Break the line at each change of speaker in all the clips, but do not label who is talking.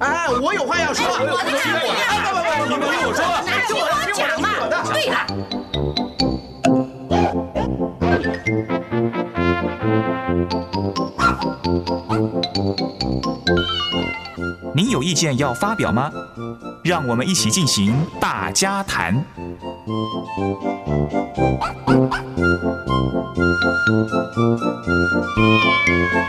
哎，我有话要说，
哎我的
听
呢
我的，哎不不不，你们听我说，
哪
听
听
我的，
我
听
讲
我的，听我的
嘛？对了，
您有意见要发表吗？让我们一起进行大家谈。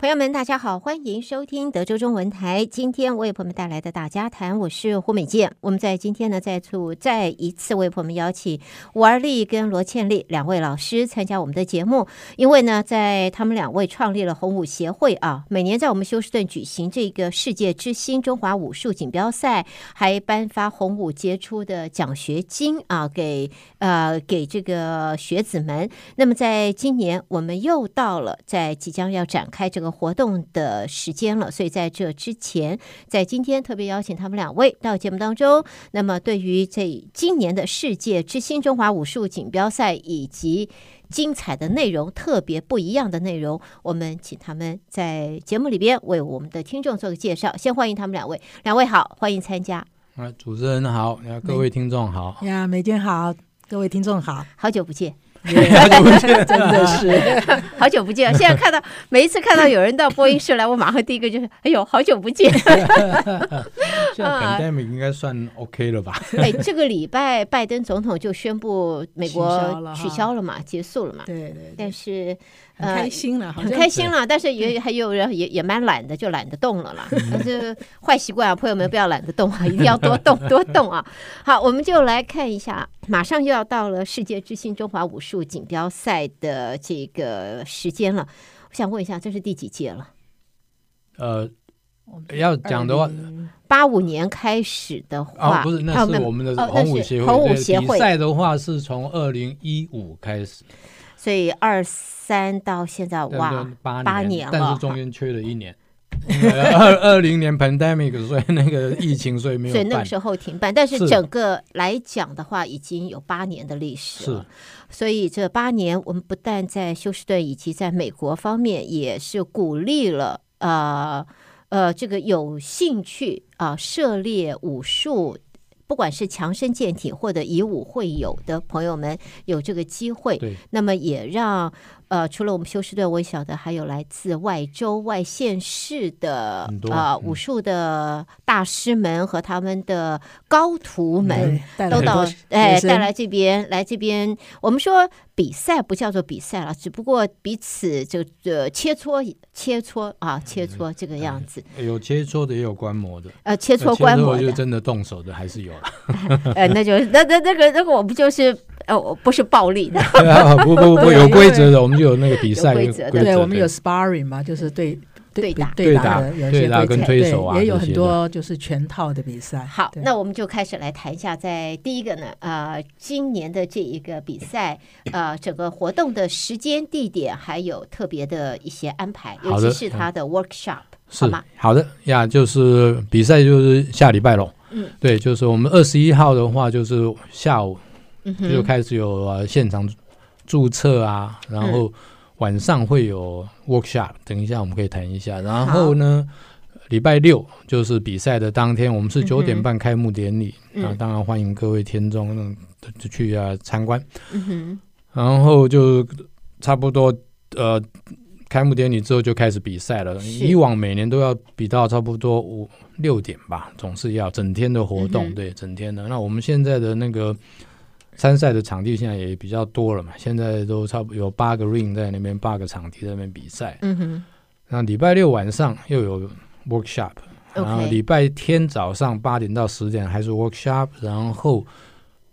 朋友们，大家好，欢迎收听德州中文台。今天为朋友们带来的大家谈，我是胡美健。我们在今天呢，再次再一次为朋友们邀请吴儿丽跟罗倩丽两位老师参加我们的节目，因为呢，在他们两位创立了红舞协会啊，每年在我们休斯顿举行这个世界之星中华武术锦标赛，还颁发红舞杰出的奖学金啊，给呃给这个学子们。那么在今年，我们又到了在即将要展开这个活动的时间了，所以在这之前，在今天特别邀请他们两位到节目当中。那么对于这今年的世界之星中华武术锦标赛以及精彩的内容，特别不一样的内容，我们请他们在节目里边为我们的听众做个介绍。先欢迎他们两位，两位好，欢迎参加，
啊，主持人好，啊各位听 众好，
呀，美娟好，各位听众 好，
好久不 见。
哎
真的是
好久不见！现在看到每一次看到有人到播音室来，我马上第一个就是，哎呦，好久不见！
现在
呃
pandemic 应该算 OK 了吧？
哎，这个礼拜拜登总统就宣布美
取消
国
了哈
取消了嘛，结束了嘛。
对对对，
但是，
很
呃
开心了，好
很
像
开心了，但是也还有人也也蛮懒的，就懒得动了 啦。但是坏习惯啊，朋友们不要懒得动啊，一 定要多动 多动啊。好，我们就来看一下，马上又要到了世界之星中华武术锦标赛的这个时间了。我想问一下，这是第几届了？
呃，要讲的话，
八五年开始的话，
哦，不是，
啊
那是我们的
哦那
红舞
是
协会，
红舞
对
协会
比赛的话是从二零一五开始，
所以二三到现在，
对
哇
对，八
八年
但
了
是中间缺了一年， 二二零年 pandemic，所以那个疫情，所以没
所以
有
那
办
个。时候停办，但是
是
整个来讲的话，已经有八年的历史
是
了。所以这八年，我们不但在休斯顿以及在美国方面，也是鼓励了呃呃这个有兴趣啊、涉猎武术。不管是强身健体或者以武会友的朋友们有这个机会，
对，
那么也让呃，除了我们休斯顿，我也晓得还有来自外州、外县市的
很多
呃
嗯
武术的大师们和他们的高徒
嗯
们。
对，带了
都
很
到
多
哎，
学生
带来这边来这边，我们说比赛不叫做比赛了，只不过彼此就呃切磋切磋啊，切磋这个样子，
有切磋的，也有观摩的。
呃，切磋
切
观摩
就
的，
真的动手的还是有了，
呃，那就是那那那个那个我们就是呃，我不是暴力的，
对啊不不不，
对
有
因
规
为
则的，我们就有那个比赛
规
有
则的
规
对我们
对
有 sparring 嘛，就是对
对打
对
对打
打的有一
对
些
打跟
规则
推手啊
对也
这
有
些
很多就是全套的比赛。
好，
对
那我们就开始来谈一下，在第一个呢，呃，今年的这一个比赛，呃，整个活动的时间、地点，还有特别的一些安排，尤
好的嗯
其是它的 workshop，好
是
吗？
好的呀，就是比赛就是下礼拜喽。
嗯，
对，就是我们二十一号的话，就是下午
嗯
就
哼，
开始有、呃、现场注册啊，
嗯
然后晚上会有 workshop，等一下我们可以谈一下。然后呢，礼拜六就是比赛的当天，我们是九点半开幕典礼、
嗯
啊，当然欢迎各位听众嗯就去啊参观。
嗯哼，
然后就差不多呃，开幕典礼之后就开始比赛了。
是
以往每年都要比到差不多五六点吧，总是要整天的活动，
嗯哼
对，整天的。那我们现在的那个参赛的场地现在也比较多了嘛，现在都差不多有八个 ring 在那边，八个场地在那边比赛。
嗯哼，
那礼拜六晚上又有 workshop，
OK
然后礼拜天早上八点到十点还是 workshop，然后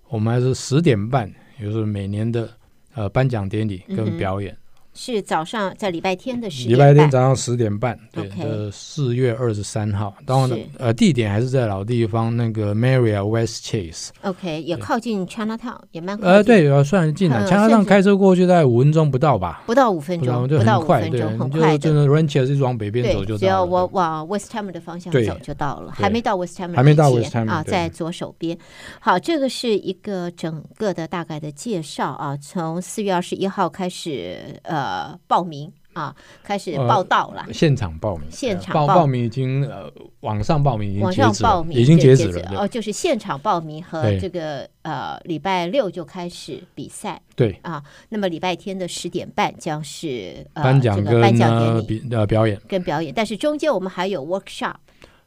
我们还是十点半，也就是每年的呃颁奖典礼
嗯
跟
哼
表演。
是早上在礼拜天的十
礼拜
点
天
半，
早上十点半，对
OK
呃，四月二十三号。当然了
是，
呃，地点还是在老地方，那个 Maria West Chase。
OK，也靠近 Chinatown，也蛮靠
呃，
近，
对，呃，算近
嗯
了，加
甚
上
至
开车过去大概五分钟不到吧，
不到五分
不
钟，
到就
不
很
到五
快，
分
对，
钟，很
你就
快
真
的。
的 r a n c h e 是往北边走
对，
就
只要
到
我
了。
往 West Ham 的方向
对
走就到了，
对
还没到 West Ham，
还没到 West Ham，
啊，
对
在左手边。好，这个是一个整个的大概的介绍啊，从四月二十一号开始呃报名啊，开始
呃
报道了。
现场报名，
现
对
场
报
报
报名已经呃，网上报名已经
网
截
上
止
报
了，
名
已经
对
截
止
止了，
哦，就是现场报名和
对
这个呃礼拜六就开始比赛
对对，
啊，那么礼拜天的十点半将是呃
颁奖
这个颁
跟
奖典
呃
礼
比呃表演，
跟表演，但是中间我们还有 workshop，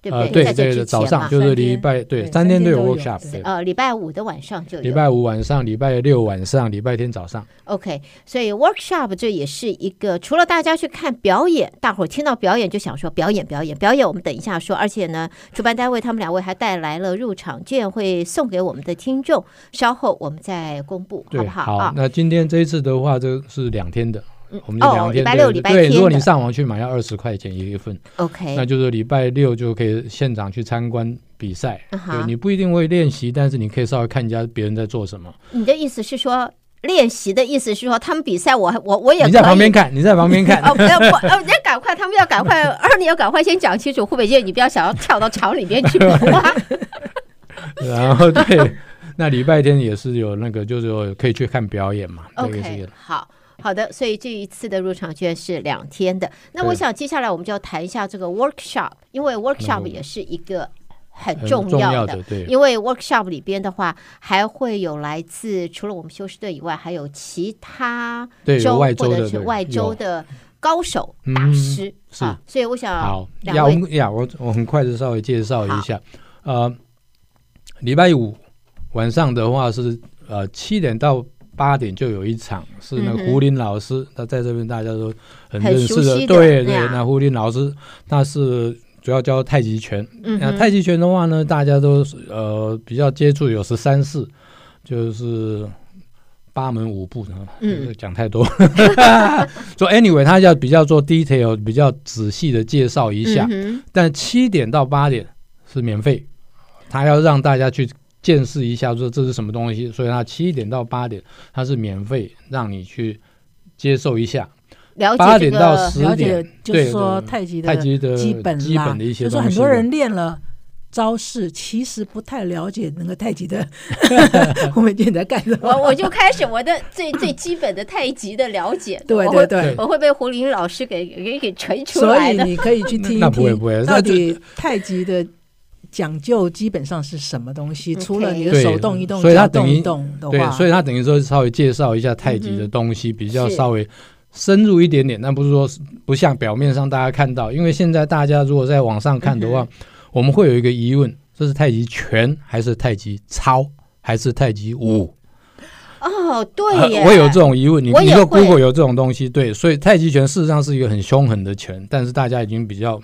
对不
呃，
对？
对
在这
对
之
的，早
前嘛
上，就是
三
礼
天
拜对
对
三
三
天
天
都有
都有
workshop，
对
对，
呃礼拜五的晚上就有
礼拜五晚上、礼拜六晚上、礼拜天早上，
OK，所以 workshop 这也是一个除了大家去看表演，大伙儿听到表演就想说表演表演表演，我们等一下说。而且呢，主办单位他们两位还带来了入场券，会送给我们的听众，稍后我们再公布，好
对，
不啊？
那今天这一次的话，这是两天的，我们就
哦
两天
礼拜
的
六礼拜
对，
天
如果你
的哎
上网去买，要二十块钱一份，那
OK，
就是礼拜六就可以现场去参观比赛。
嗯
对，
哼，
你不一定会练习，但是你可以稍微看一下别人在做什么。
你的意思是说练习的意思是说他们比赛我，我我也
你在
可
旁
以
边看，你在旁边看。
哦，不要，不，哦，你要赶快，他们要赶快，二你要赶快先讲清楚，护北界，你不要想要跳到场里面 去。
然后对，那礼拜天也是有那个，就是有可以去看表演嘛。这个是
OK，
有
好好的，所以这一次的入场券是两天的。那我
对
想接下来我们就要谈一下这个 workshop，因为 workshop 也是一个很
很
重
呃重
要
要
的。
的，对，
因为 workshop 里边的话，还会有来自除了我们休斯顿以外，还有其他
对
州
有外
或
州的
者是
对
外州
有
的高手、
嗯
大师
是
啊。所以我想，
好
两
呀，我
位
们呀，我我很快的稍微介绍一下，呃，礼拜五晚上的话是呃七点到八点就有一场，是那
嗯
个
哼
胡林老师，他在这边大家都很
很
认识
熟悉的
对
对
对
啊，
那胡林老师他是主要教太极拳，
嗯
那
哼
太极拳的话呢，大家都是呃比较接触有十三式，就是八门五步，
嗯
嗯，讲太多。 说 anyway，他要比较做 detail，比较仔细的介绍一下。
嗯
但七点到八点是免费，他要让大家去见识一下，说这是什么东西。所以他七点到八点他是免费，让你去接受一下。
哼了解
八
这
点
个
到十
了解
点，
就是
对
说
对
太极的
太极的
基本啦
基本的一些
就是
东西，
很多人练了。招式其实不太了解那个太 极的， 我们现在干什么？
我我就开始我的最最基本的太极的了解，
对
我
对
会
对
我会被胡林老师给给给锤出
所
来
以
的。
你可以去听一
那不会
听
不会
到
那就
底太极的讲究基本上是什么东西？
OK
除了你的
对
手动一动，
所以它
脚动
等于
一动的
对
话，，嗯
所以他等于说稍微介绍一下太极的东西，比较
是
稍微深入一点点，但不是说是不像表面上大家看到，因为现在大家如果在网上看的
嗯
话，我们会有一个疑问：这是太极拳还是太极操？还是太极舞，
哦，
呃
对耶，
我有这种疑问。你
我也
你说
会
Google 有这种东西，对，所以太极拳事实上是一个很凶狠的拳，但是大家已经比较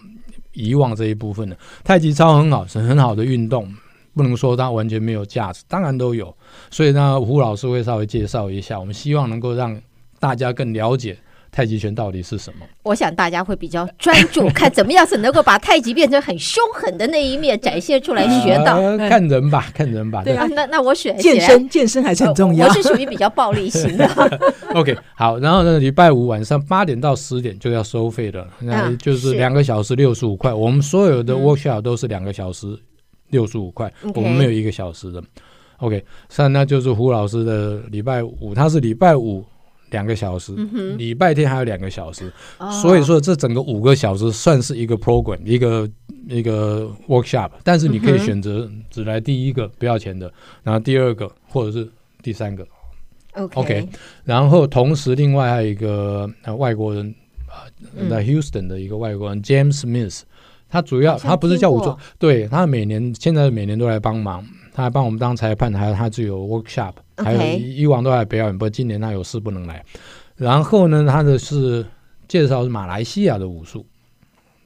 遗忘这一部分了。太极操很好，是很好的运动，不能说它完全没有价值，当然都有。所以呢，胡老师会稍微介绍一下，我们希望能够让大家更了解太极拳到底是什么。
我想大家会比较专 注，看怎么样子能够把太极变成很凶狠的那一面展现出来，学到。
呃
嗯
看人吧，看人吧。
对
啊，那那我选
健身健身还是很重要
我。是属于比较暴力型 的。
OK，好，然后呢，礼拜五晚上八点到十点就要收费了，那
嗯
就是
是
两个小时六十五块。我们所有的 workshop 都是两个小时六十五块，
OK
我们没有一个小时的。OK，上那就是胡老师的礼拜五，他是礼拜五两个小时，礼拜天还有两个小时，
哦
所以说这整个五个小时算是一个 program，一个一个 workshop，但是你可以选择只来第一个不要钱的，然后第二个或者是第三个。
OK，
OK 然后同时另外还有一个呃外国人啊，在 Houston 的一个外国人 James Smith，他主
嗯
要
好像
他不是教
听
武
过
装，对他每年现在每年都来帮忙，他还帮我们当裁判，还有他自己有 workshop，还有
OK
以以往都来表演，不过今年他有事不能来。然后呢，他的是介绍是马来西亚的武术，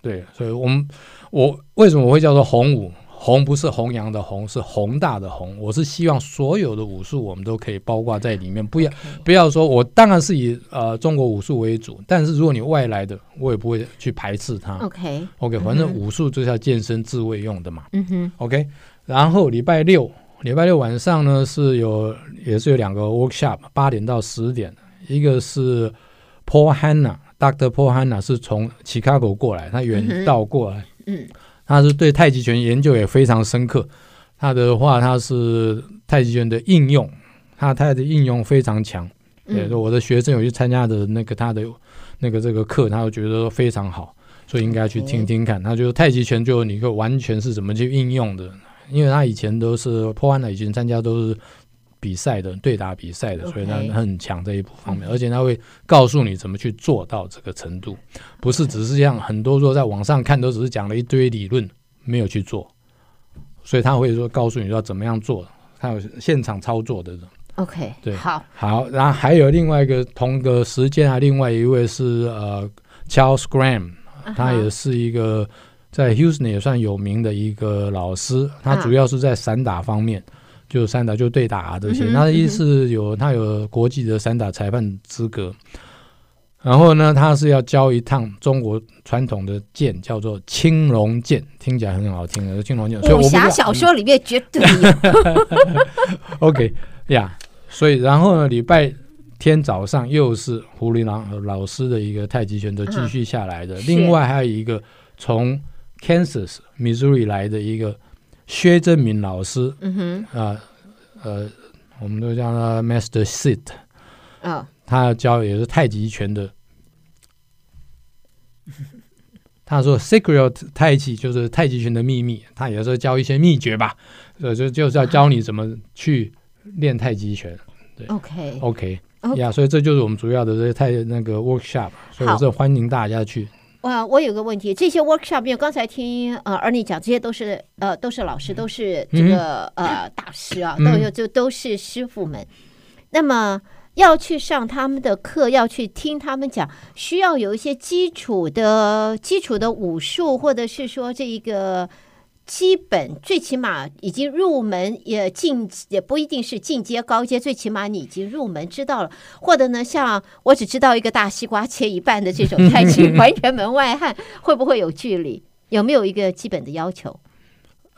对，所以我们我为什么我会叫做红舞？弘不是弘扬的弘，是宏大的宏。我是希望所有的武术我们都可以包括在里面，不要不要说我当然是以呃中国武术为主，但是如果你外来的，我也不会去排斥它。
OK，
OK，反正武术就是要健身自卫用的嘛。
嗯哼，
OK，然后礼拜六，礼拜六晚上呢是有也是有两个 workshop，八点到十点，一个是 Paul Hanna，Dr. Paul Hanna 是从 Chicago 过来，他远道过来，
嗯
他是对太极拳研究也非常深刻。他的话，他是太极拳的应用，他他的应用非常强。对，
嗯
我的学生有去参加的那个他的那个这个课，他就觉得说非常好，所以应该去
哦
听听看。他就太极拳就你个完全是怎么去应用的，因为他以前都是破案的，以前参加都是比赛的对打比赛的，所以他
OK 嗯
很强这一方面，而且他会告诉你怎么去做到这个程度，不是只是像很多说在网上看都只是讲了一堆理论，没有去做，所以他会说告诉你要怎么样做，他有现场操作的。
，OK，
对
好，
好，然后还有另外一个同个时间啊，另外一位是呃 Charles Graham，
啊哈
他也是一个在 Houston 也算有名的一个老师，他
啊
主要是在散打方面，就散打就对打啊这些，
嗯哼
他的
嗯
意
哼
思有他有国际的散打裁判资格。然后呢，他是要教一趟中国传统的剑，叫做青龙剑，听起来很好听的青龙剑。所以
嗯
我
武
不知
侠
道
小说里面绝对有，
OK 呀、所以然后呢，礼拜天早上又是胡林老老师的一个太极拳的继续下来的，
嗯
另外还有一个从 Kansas Missouri 来的一个薛正明老师
嗯哼，
啊、呃，我们都叫他 Master Sit，
嗯，
他教也是太极拳的。 他说 “secret 太极就是太极拳的秘密”，他也是教一些秘诀吧，呃，就就是要教你怎么去练太极拳。
OK，
OK，
哦
呀、所以这就是我们主要的这些太那个 workshop，所以我是欢迎大家去。
哇，呃我有个问题，这些 workshop 没有？刚才听呃尔你讲，这些都是呃都是老师，都是这个、呃大师啊，
嗯
都有就都是师傅们。那么要去上他们的课，要去听他们讲，需要有一些基础的基础的武术，或者是说这一个。基本最起码已经入门，也进也不一定是进阶高阶，最起码你已经入门知道了。或者呢，像我只知道一个大西瓜切一半的这种太极，完全门外汉，会不会有距离？有没有一个基本的要求？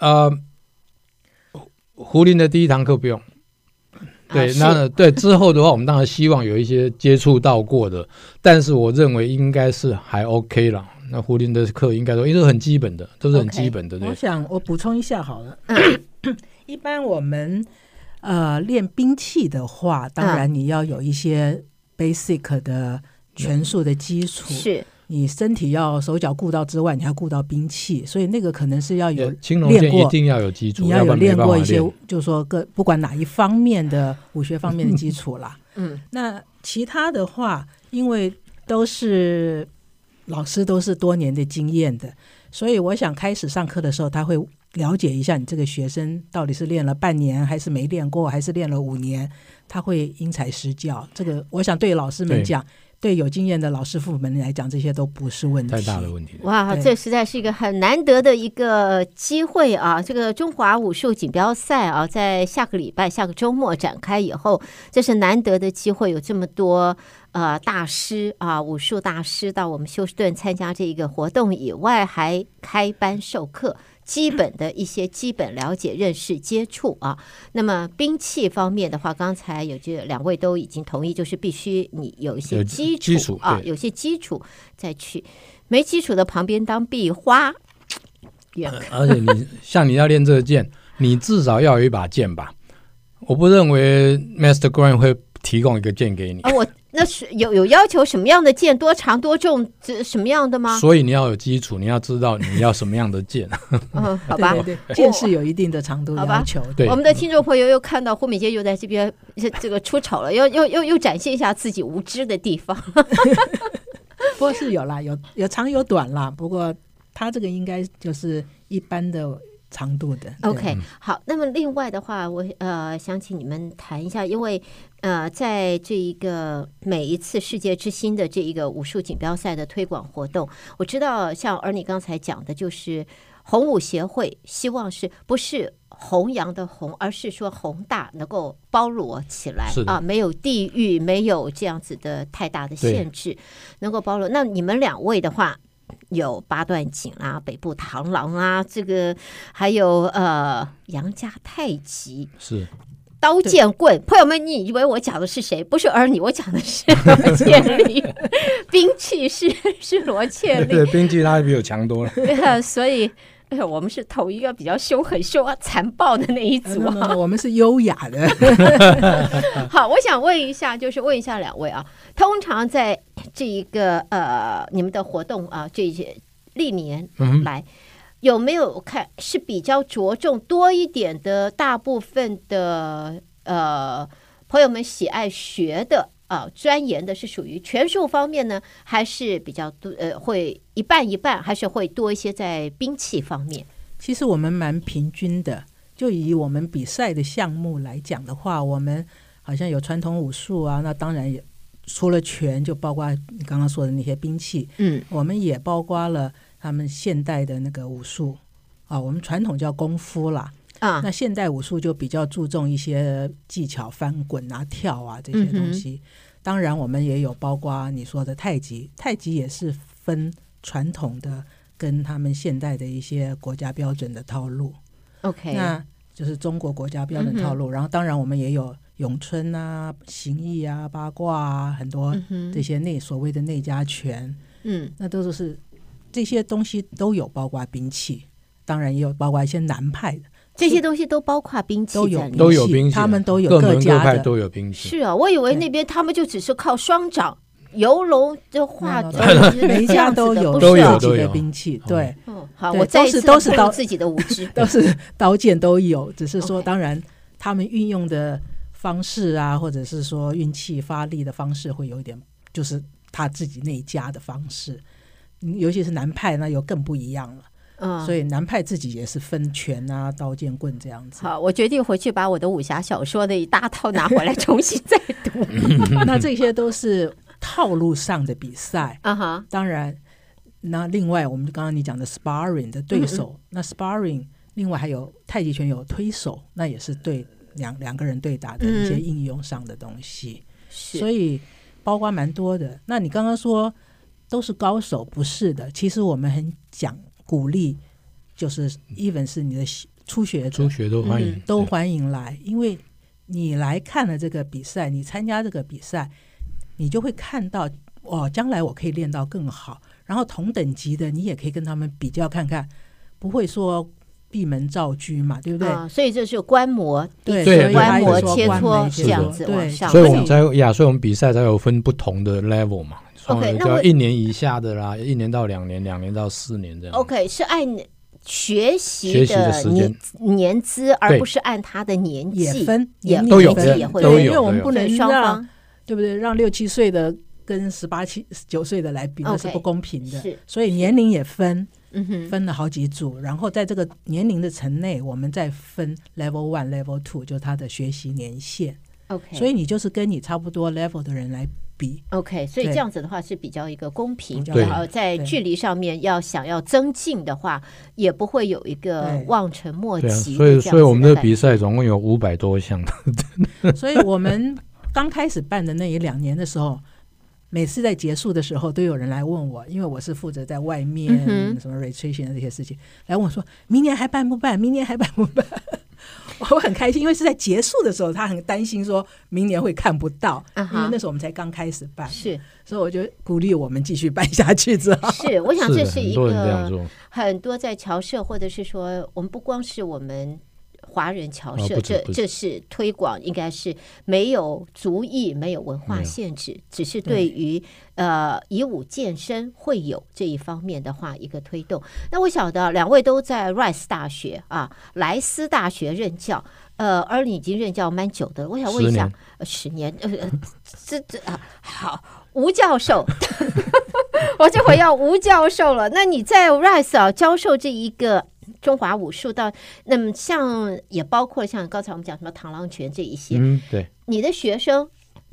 呃，胡胡林的第一堂课不用，
啊、
对，
是
那对之后的话，我们当然希望有一些接触到过的，但是我认为应该是还 OK 了。那胡林的课应该说，因为都很基本的，都是很
OK，
基本的
我
对。
想我补充一下好了。 一般我们呃练兵器的话，当然你要有一些 basic 的拳术的基础，
是
你身体要手脚顾到之外，你还要顾到兵器，所以那个可能是要有
也青龙
练
剑一
过。
定要有基础，
你
要
要
不
有
然没
练
办
过
法
一些
练。，
就是说各不管哪一方面的武学方面的基 础啦。
嗯，
那其他的话，因为都是老师都是多年的经验的，所以我想开始上课的时候，他会了解一下你这个学生到底是练了半年，还是没练过，还是练了五年，他会因材施教。这个我想对老师们
对
讲，对有经验的老师傅们来讲，这些都不是问题。
太大的问题了。
哇，
对
这实在是一个很难得的一个机会啊！这个中华武术锦标赛啊，在下个礼拜、下个周末展开以后，这是难得的机会，有这么多呃大师啊，武术大师到我们休斯顿参加这一个活动以外，还开班授课。基本的一些基本了解、认识、接触啊。那么兵器方面的话，刚才有这两位都已经同意，就是必须你有一些
有
基础
基础
啊，
对
有些基础再去，没基础的旁边当壁花，远看
而且你像你要练这个剑，你至少要有一把剑吧？我不认为 Master Grant 会提供一个剑给你，
啊！我那是有有要求什么样的剑，多长多重，这什么样的吗？
所以你要有基础，你要知道你要什么样的剑。
嗯，好吧。
对对对，剑是有一定的长度
好吧
要求的。
对
我们的听众朋友又看到胡美杰又在这边这这个出丑了，又又又又展现一下自己无知的地方。
不过是有啦，有有长有短啦。不过它这个应该就是一般的长度的。对
OK，好，
嗯
那么另外的话，我呃想请你们谈一下，因为呃，在这一个每一次世界之星的这一个武术锦标赛的推广活动，我知道像而你刚才讲的，就是红舞协会希望是不是弘扬的弘，而是说宏大能够包罗起来
是的
啊，没有地域，没有这样子的太大的
对
限制，能够包罗。那你们两位的话。有八段锦啦、啊北部螳螂啦、这个还有呃杨家太极，
是
刀剑棍，朋友们，你以为我讲的是谁？不是儿女，我讲的是呃罗倩丽，兵器是是罗倩丽，
对，冰淇他比我强多了。
呃 所以。哎呦，我们是头一个比较凶狠、凶啊、残暴的那一
呃
组
那
啊。
么我们是优雅的，
好，我想问一下，就是问一下两位啊，通常在这一个呃你们的活动啊，这一些历年
嗯
来、有没有看是比较着重多一点的？大部分的呃朋友们喜爱学的啊、钻研的是属于拳术方面呢，还是比较多呃会一半一半，还是会多一些在兵器方面？
其实我们蛮平均的，就以我们比赛的项目来讲的话，我们好像有传统武术啊，那当然也除了拳，就包括你刚刚说的那些兵器，
嗯
我们也包括了他们现代的那个武术啊，我们传统叫功夫啦，
啊
那现代武术就比较注重一些技巧，翻滚啊、跳啊这些东
嗯
西。当然，我们也有包括你说的太极，太极也是分传统的跟他们现代的一些国家标准的套路，
，OK，
那就是中国国家标准
嗯
套路。然后，当然我们也有咏春啊、形意啊、八卦啊，很多
嗯哼
这些内所谓的内家拳，
嗯
那都是这些东西都有包括兵器，当然也有包括一些南派的。
这些东西都包括兵器
都有
在里面
都有兵器，啊
他们都有
各
各
门各
家
派
的
都有兵器。
是啊，我以为
对
那边他们就只是靠双掌、游龙、这画
没
轴
有，嗯 每一
这
家
嗯样子
都
的
有
不
都
是
有
啊
自己
都
的
有
兵器，
嗯
对，
嗯，好，
对
我再
都
一
是
次
都是
暴露
刀
自己的无知。
都是刀剑都有，只是说
OK
当然他们运用的方式啊，或者是说运气发力的方式会有一点，就是他自己那一家的方式。嗯尤其是南派，那又更不一样了。
嗯，
所以南派自己也是分拳啊、刀剑棍这样子。
好，我决定回去把我的武侠小说的一大套拿回来重新再读。
嗯那这些都是套路上的比赛。
啊哈，
当然，那另外我们刚刚你讲的 sparring 的对手，那 sparring 另外还有太极拳有推手，那也是对两两个人对打的一些
嗯
应用上的东西，
是
所以包括蛮多的。那你刚刚说都是高手，不是的，其实我们很讲鼓励，就是 even 是你的初学者
初学都欢迎，
嗯都
对
欢迎来，因为你来看了这个比赛，你参加这个比赛，你就会看到哦，将来我可以练到更好。然后同等级的，你也可以跟他们比较看看，不会说闭门造车嘛，对不对？嗯
啊，所以这是观摩，
对，
对
所以
观
他也
摩
说
切
关
磋
门
这
切磋
样
子往
对，
上
所以
而
我
且
们才有呀，所以我们比赛才有分不同的 level 嘛。双
OK，
人
那
就要
我
一年以下的啦，一年到两年，两年到四年这样。
OK 是按学习
学习的
的
时
年
间
年资，而
对
不是按他的年纪。
也分
也
年龄啊
都有
分
也会
对
有
因为我们
都有
所
不能
以双
让
方
对不对？让六七岁的跟十八七九岁的来比，那是
OK，
不公平的。
是
所以年龄也分，
嗯哼
分了好几组，然后在这个年龄的层内，我们再分 level one、level two，就是他的学习年限。
OK，
所以你就是跟你差不多 level 的人来 比，
OK，所以
对
这样子的话是比较一个公平的，
对
然后在
对
距离上面要想要增进的话，也不会有一个
对
望尘莫
对啊，
及的
所以
这样
所以我们
子的
的
感
比赛总共有五百多项的，
所以我们刚开始办的那一两年的时候。每次在结束的时候，都有人来问我，因为我是负责在外面、
嗯
什么 retreat 的这些事情，来问我说明年还办不办？明年还办不办？ 我很开心，因为是在结束的时候，他很担心说明年会看不到，
啊哈
因为那时候我们才刚开始办，
是
所以我就鼓励我们继续办下去，之后
是，我想这
是
一
很多人这样
个
做，
很多在侨社或者是说，我们不光是我们。华人侨社，
啊不止
这
不止
这是推广，应该是没有族裔、没有文化
没有
限制，只是对
嗯
于呃以武健身会有这一方面的话一个推动。那我晓得两位都在 Rice 大学啊，莱斯大学任教，呃，而你已经任教蛮久的了，我想问一
十
下
年，
呃十年，呃，呃这这啊，好，吴教授， 我这回要吴教授了。那你在 Rice 啊教授这一个中华武术到，那么像也包括像刚才我们讲什么螳螂拳这一些，
嗯，对，
你的学生，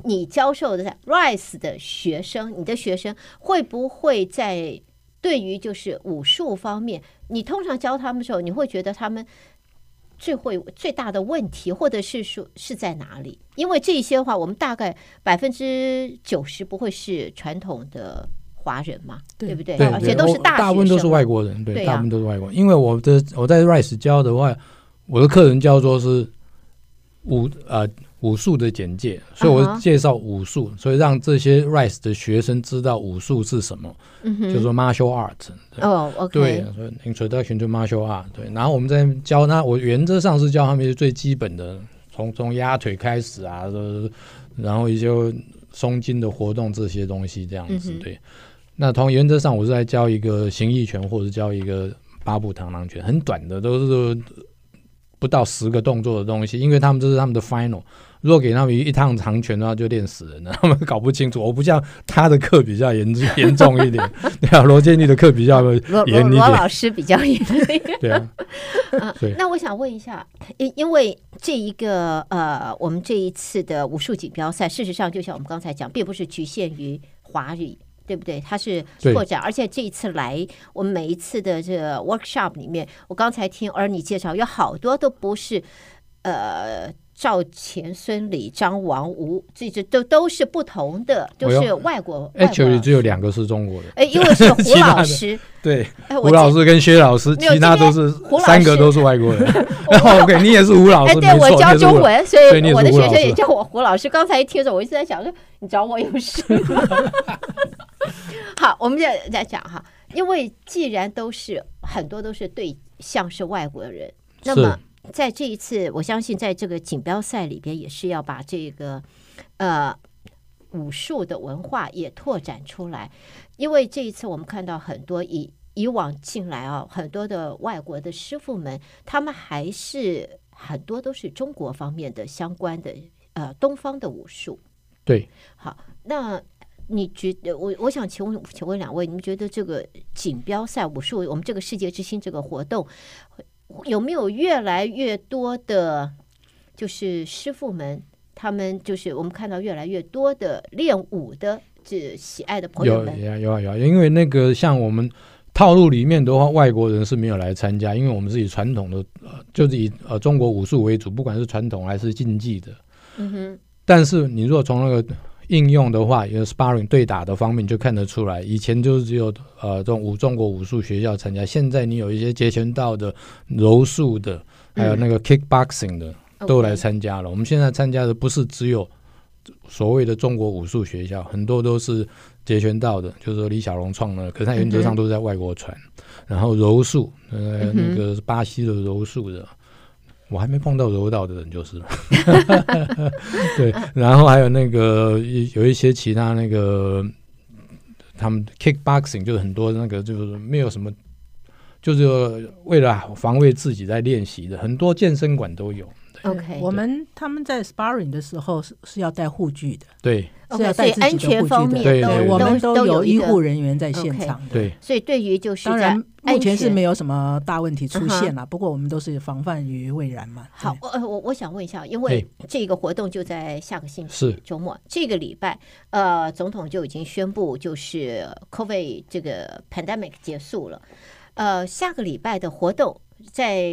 你教授的在 Rice 的学生，你的学生会不会在对于就是武术方面你通常教他们的时候，你会觉得他们最会最大的问题，或者是说是在哪里？因为这些话，我们大概百分之九十不会是传统的华人嘛，
对
对不对？
对，
哎而
对
且都
我
是大
大部分
学
都是
生
外国人，对，
对啊
大部分都是外国人。因为我的我在 Rice 教的话，我的课程叫做是武呃武术的简介，所以
啊哈
我介绍武术，所以让这些 Rice 的学生知道武术是什么，
嗯哼，
就是说 martial art 对。
哦，OK，
对，所以 introduction to martial art。对，然后我们在教那，我原则上是教他们一些最基本的，从从压腿开始啊，呃然后一些松筋的活动这些东西这样子。
嗯哼
对，那从原则上我是在教一个形意拳，或者教一个八步螳螂拳，很短的，都是不到十个动作的东西，因为他们这是他们的 final。如果给他们一趟长拳的话，就练死人了。他们搞不清楚，我不像他的课比较严 严重一点，对啊，罗建立的课比较
罗罗
严
罗
一点，
老师比较严。
对啊，
啊
对
那我想问一下，因因为这一个呃，我们这一次的武术锦标赛，事实上就像我们刚才讲，并不是局限于华语。对不对？它是
对
拓展，而且这一次来，我们每一次的这个 workshop 里面，我刚才听 Ernie 介绍，有好多都不是，呃，赵钱孙李张王吴，这这都都是不同的，就
我要
是外国。外国
actually 只有两个哎是中国人，
哎，因为是
其
胡
他
老
的
师，
对，
哎，我
胡老
记
师跟薛老师，
没有
其他
今天
都是
胡老
三个
师
都是外 国人。 然后 OK，你也是胡老
哎，
师，
对
没
我教
错，你也是
中
胡老
文，所
对你
以
也是
我的
胡
学
老
生也
师
叫我胡老师。刚才一听的时候，我一直在想说，你找我有事吗？ 好，我们再再讲哈，因为既然都是很多都是对象是外国人，那
是
么在这一次，我相信在这个锦标赛里边也是要把这个呃武术的文化也拓展出来，因为这一次我们看到很多以以往进来啊，很多的外国的师傅们，他们还是很多都是中国方面的相关的呃东方的武术。
对，
好，那你觉得我我想请问请问两位，你们觉得这个锦标赛武术，我们这个世界之星这个活动，有没有越来越多的，就是师傅们他们就是我们看到越来越多的练武的这喜爱的朋友
有
们，
有啊有啊有啊，因为那个像我们套路里面的话，外国人是没有来参加，因为我们是以传统的，呃、就是以呃中国武术为主，不管是传统还是竞技的。
嗯哼，
但是你如果从那个应用的话，有 sparring 对打的方面，你就看得出来，以前就是只有呃这种武中国武术学校参加，现在你有一些截拳道的、柔术的，还有那个 kickboxing 的、都来
OK
参加了。我们现在参加的不是只有所谓的中国武术学校，很多都是截拳道的，就是说李小龙创的，可是他原则
嗯哼
上都是在外国传。然后柔术，呃
嗯，哼
那个是巴西的柔术的，我还没碰到柔道的 人就是了。对，然后还有那个一有一些其他那个他们 kickboxing 就是很多那个就是没有什么，就是为了防卫自己在练习的，很多健身馆都有。
OK，
我们他们在 sparring 的时候是是要带护具的，
对
OK，
是要
所以
带自己的
安全
护具
方
的
面
对
都
对
我们
都
都
有
有
一
医
个
护人员在现场的。
对，
所以对于就是
当
在
然，目
安
前是
全
没有什么大问题出
嗯哼
现了，不过我们都是防范于未然嘛。对
好，，我呃我我想问一下，因为这个活动就在下个星期
是
周末，这个礼拜，呃，总统就已经宣布，就是 COVID 这个 pandemic 结束了。呃，下个礼拜的活动在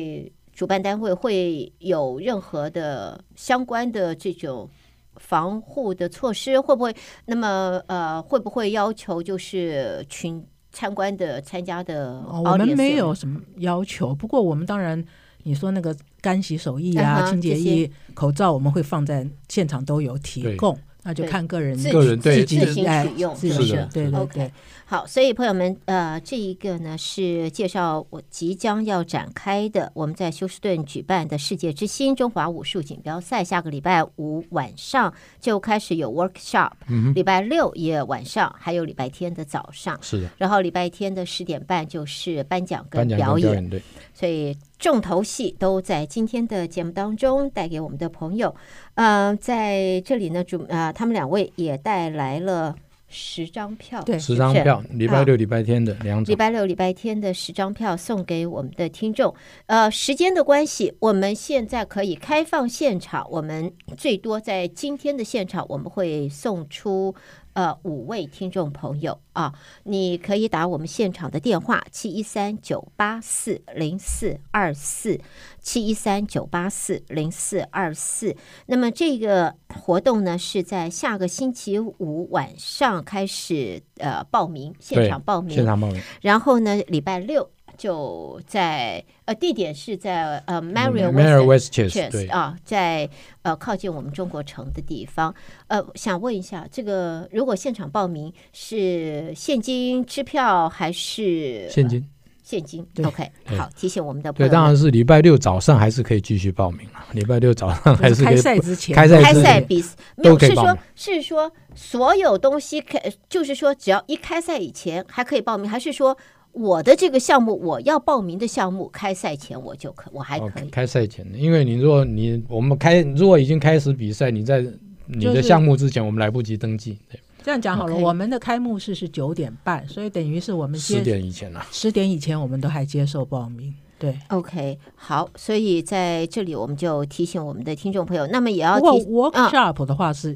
主办单位会有任何的相关的这种防护的措施，会不会？那么呃，会不会要求就是群参观的参加的？
哦，我们没有。什么要求，不过我们当然，你说那个干洗手液
嗯
啊、
哼
清洁
这些
液、口罩，我们会放在现场都有提
对
供，那就
对
看个人
自
个人对
自
自
行
哎
取用，
自
是
己
不
是
是
的？
对对
OK
对，
好，所以朋友们，呃，这一个呢是介绍我即将要展开的我们在休斯顿举办的世界之星中华武术锦标赛，下个礼拜五晚上就开始有 workshop，、礼
嗯
拜六也晚上，还有礼拜天的早上，
是的，
然后礼拜天的十点半就是颁奖跟
颁奖
表
跟表
演。
演对。
所以重头戏都在今天的节目当中带给我们的朋友。呃，在这里呢，主呃，他们两位也带来了十张票，
对
是
十
不
张
是
票，礼
啊
拜六、礼拜天的两
礼
种。
拜六、礼拜天的十张票送给我们的听众。呃，时间的关系，我们现在可以开放现场，我们最多在今天的现场，我们会送出呃五位听众朋友啊，你可以打我们现场的电话七一三九八四零四二四七一三九八四零四二四。那么这个活动呢是在下个星期五晚上开始呃报名，现
对
场报
现
名，
场报名，
然后呢礼拜六就在呃地点是在呃 Mario
Mary
Western
Westchester，对
Chess，啊，在呃靠近我们中国城的地方，呃，想问一下，这个如果现场报名是现金支票还是
现？金。
现金
对
，OK，
对
好，提醒我们的朋
对，
友
当
们
然是礼拜六早上还是可以继续报名了。礼拜六早上 还
就是是
可
开
以
赛之前，
开赛
开
之
赛
前
比没有
都可以
是
报
说
名，
是说所有东西开，就是说只要一开赛以前还可以报名，还是说我的这个项目我要报名的项目开赛前我就可我还
哦
可以，
开赛前，因为你如果你我们开如果已经开始比赛，你在你
就
的
是
项目之前，我们来不及登记，对，
这样讲好了。
OK
我们的开幕式是九点半，所以等于是我们
十
接
点以前了。
十点以前，我们都还接受报名。对，
OK，好，所以在这里我们就提醒我们的听众朋友，那么也要
不
提嗯
过
醒
workshop 的话是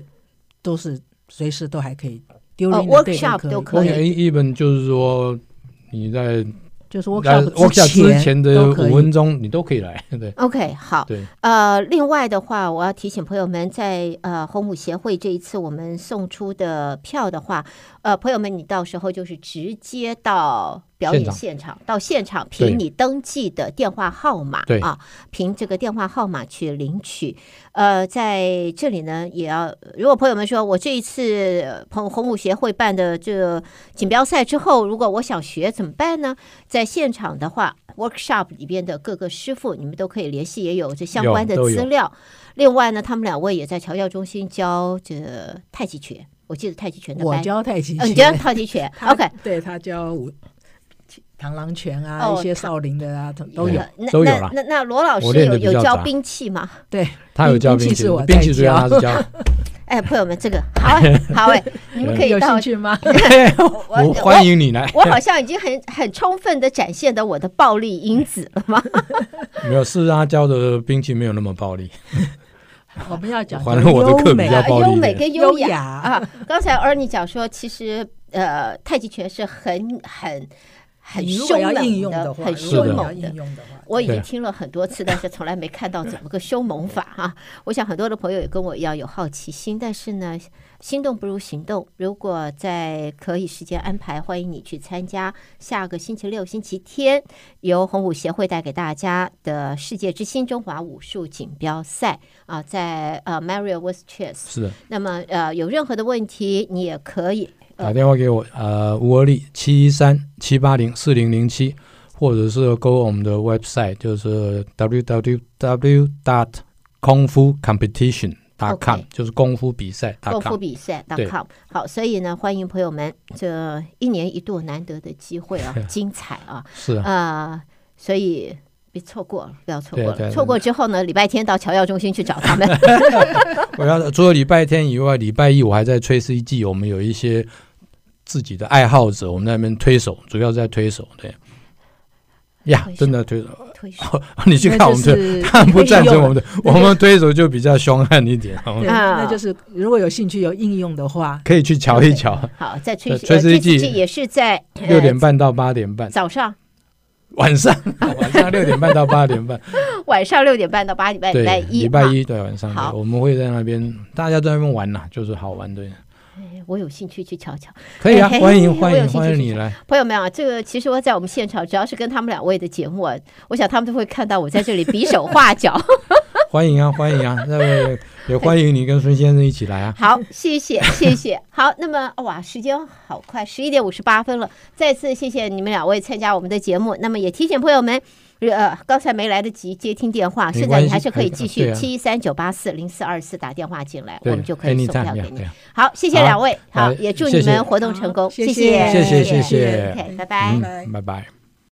都是随时都还可以丢
哦 workshop 都
嗯
可以
OK，一本就是说你在
就是
来 workshop
workshop
之前的
都可以
五分钟，你都可以来，对
OK，好，
对，
呃，另外的话，我要提醒朋友们在，呃红舞协会这一次我们送出的票的话，呃，朋友们，你到时候就是直接到表演
现
现
场
场，到现场
对
凭你登记的电话号码
对
啊，凭这个电话号码去领取。呃，在这里呢，也要如果朋友们说我这一次呃红红舞协会办的这个锦标赛之后，如果我想学怎么办呢？在现场的话，workshop 里边的各个师傅，你们都可以联系，也有这相关的
有都有
资料。另外呢，他们两位也在调教中心教这太极拳，我记得太极拳的
我
班，
教太极
嗯，你教
拳
太极拳
他
，OK，
对他教武螳螂拳啊，
哦
一些
他
少林的啊，都都
对
有
呃。那
都有
那
了
那那罗老师
我练
有
得比
有
较
教
杂
兵器吗？
对，
他有教
兵
兵
器
器
是我，
兵
在
器主要他
教
是教，
哎，朋友们，这个好 哎好哎，你们可以
有
到
兴 趣吗？
我
我欢迎你来。
我好像已经很很充分的展现的我的暴力因子了吗？
没有，是他教的兵器没有那么暴力，
我们要 讲
反正我的课
优
比
美啊
较暴力
优
一
美
点。
跟优
优
雅
雅
啊！刚才尔你讲说，其实呃，太极拳是很很很
你如果
凶
要应
猛
用
的，
话，
很
如果
凶
你要
猛的
应。用的话，
我已经
对
听了很多次，但是从来没看到怎么个凶猛法 啊！我想很多的朋友也跟我一样有好奇心，但是呢，心动不如行动。如果在可以时间安排，欢迎你去参加下个星期六、星期天由红舞协会带给大家的世界之星中华武术锦标赛啊，在呃 Mario West Chess。
是的，
那么呃，有任何的问题，你也可以
打电话给我，呃，乌尔利七一三七八零四零零七，或者是勾我们的 website，就是 www dot 功夫 competition dot com，
OK
就是功夫比赛 dot
共
com
赴。比赛
对
.com 好，所以呢，欢迎朋友们，这一年一度难得的机会 啊，精彩啊，
是啊，
啊，所以别错过了，不要错过
对
了。
对
错过之后呢，礼拜天到侨药中心去找他们。
我要除了礼拜天以外，礼拜一我还在吹 CG，我们有一些自己的爱好者，我们在那边推手，主要在推手，对。呀
推，手
真的推手，
推手
你去看我们
那
的，
就是
他们不赞
应
成
用
我们的，我们推手就比较凶悍一点，我们
对，
啊
那就是如果有兴趣有应用的话，
可以去瞧一瞧。
好，在崔
呃
呃
崔
崔
世
世
纪
纪也是在呃
六点半到八点半，
早上、
晚上晚上六点半到八点半，
晚上六点半到八点半，
对，
一。
礼拜一对晚上
好
对，我们会在那边，大家在那边玩呐，就是好玩对，
哎我有兴趣去瞧瞧。
可以啊，
嘿
欢
我
迎
有
欢迎
兴趣
欢迎
去
你来，
朋友们啊，这个其实我在我们现场，只要是跟他们两位的节目啊，我想他们都会看到我在这里比手画脚。
欢迎啊欢迎啊，那个也欢迎你跟孙先生一 起来啊，
好，谢谢，谢谢。好，那么哇，时间好快，十一点五十八分了。再次谢谢你们两位参加我们的节目。那么也提醒朋友们，呃，刚才没来得及接听电话，
没
现在
关
你
系
还是可以
可以
继续
对啊
七一三九八四零四二四打电话进来，我
对
们就可以送
anytime，
票给
对
你
啊。
好，谢谢
好
两位，好，
好
也祝
谢
你
谢
们活动成功，
好谢
谢，
谢
谢谢谢谢
OK，拜拜。
嗯
拜
拜拜。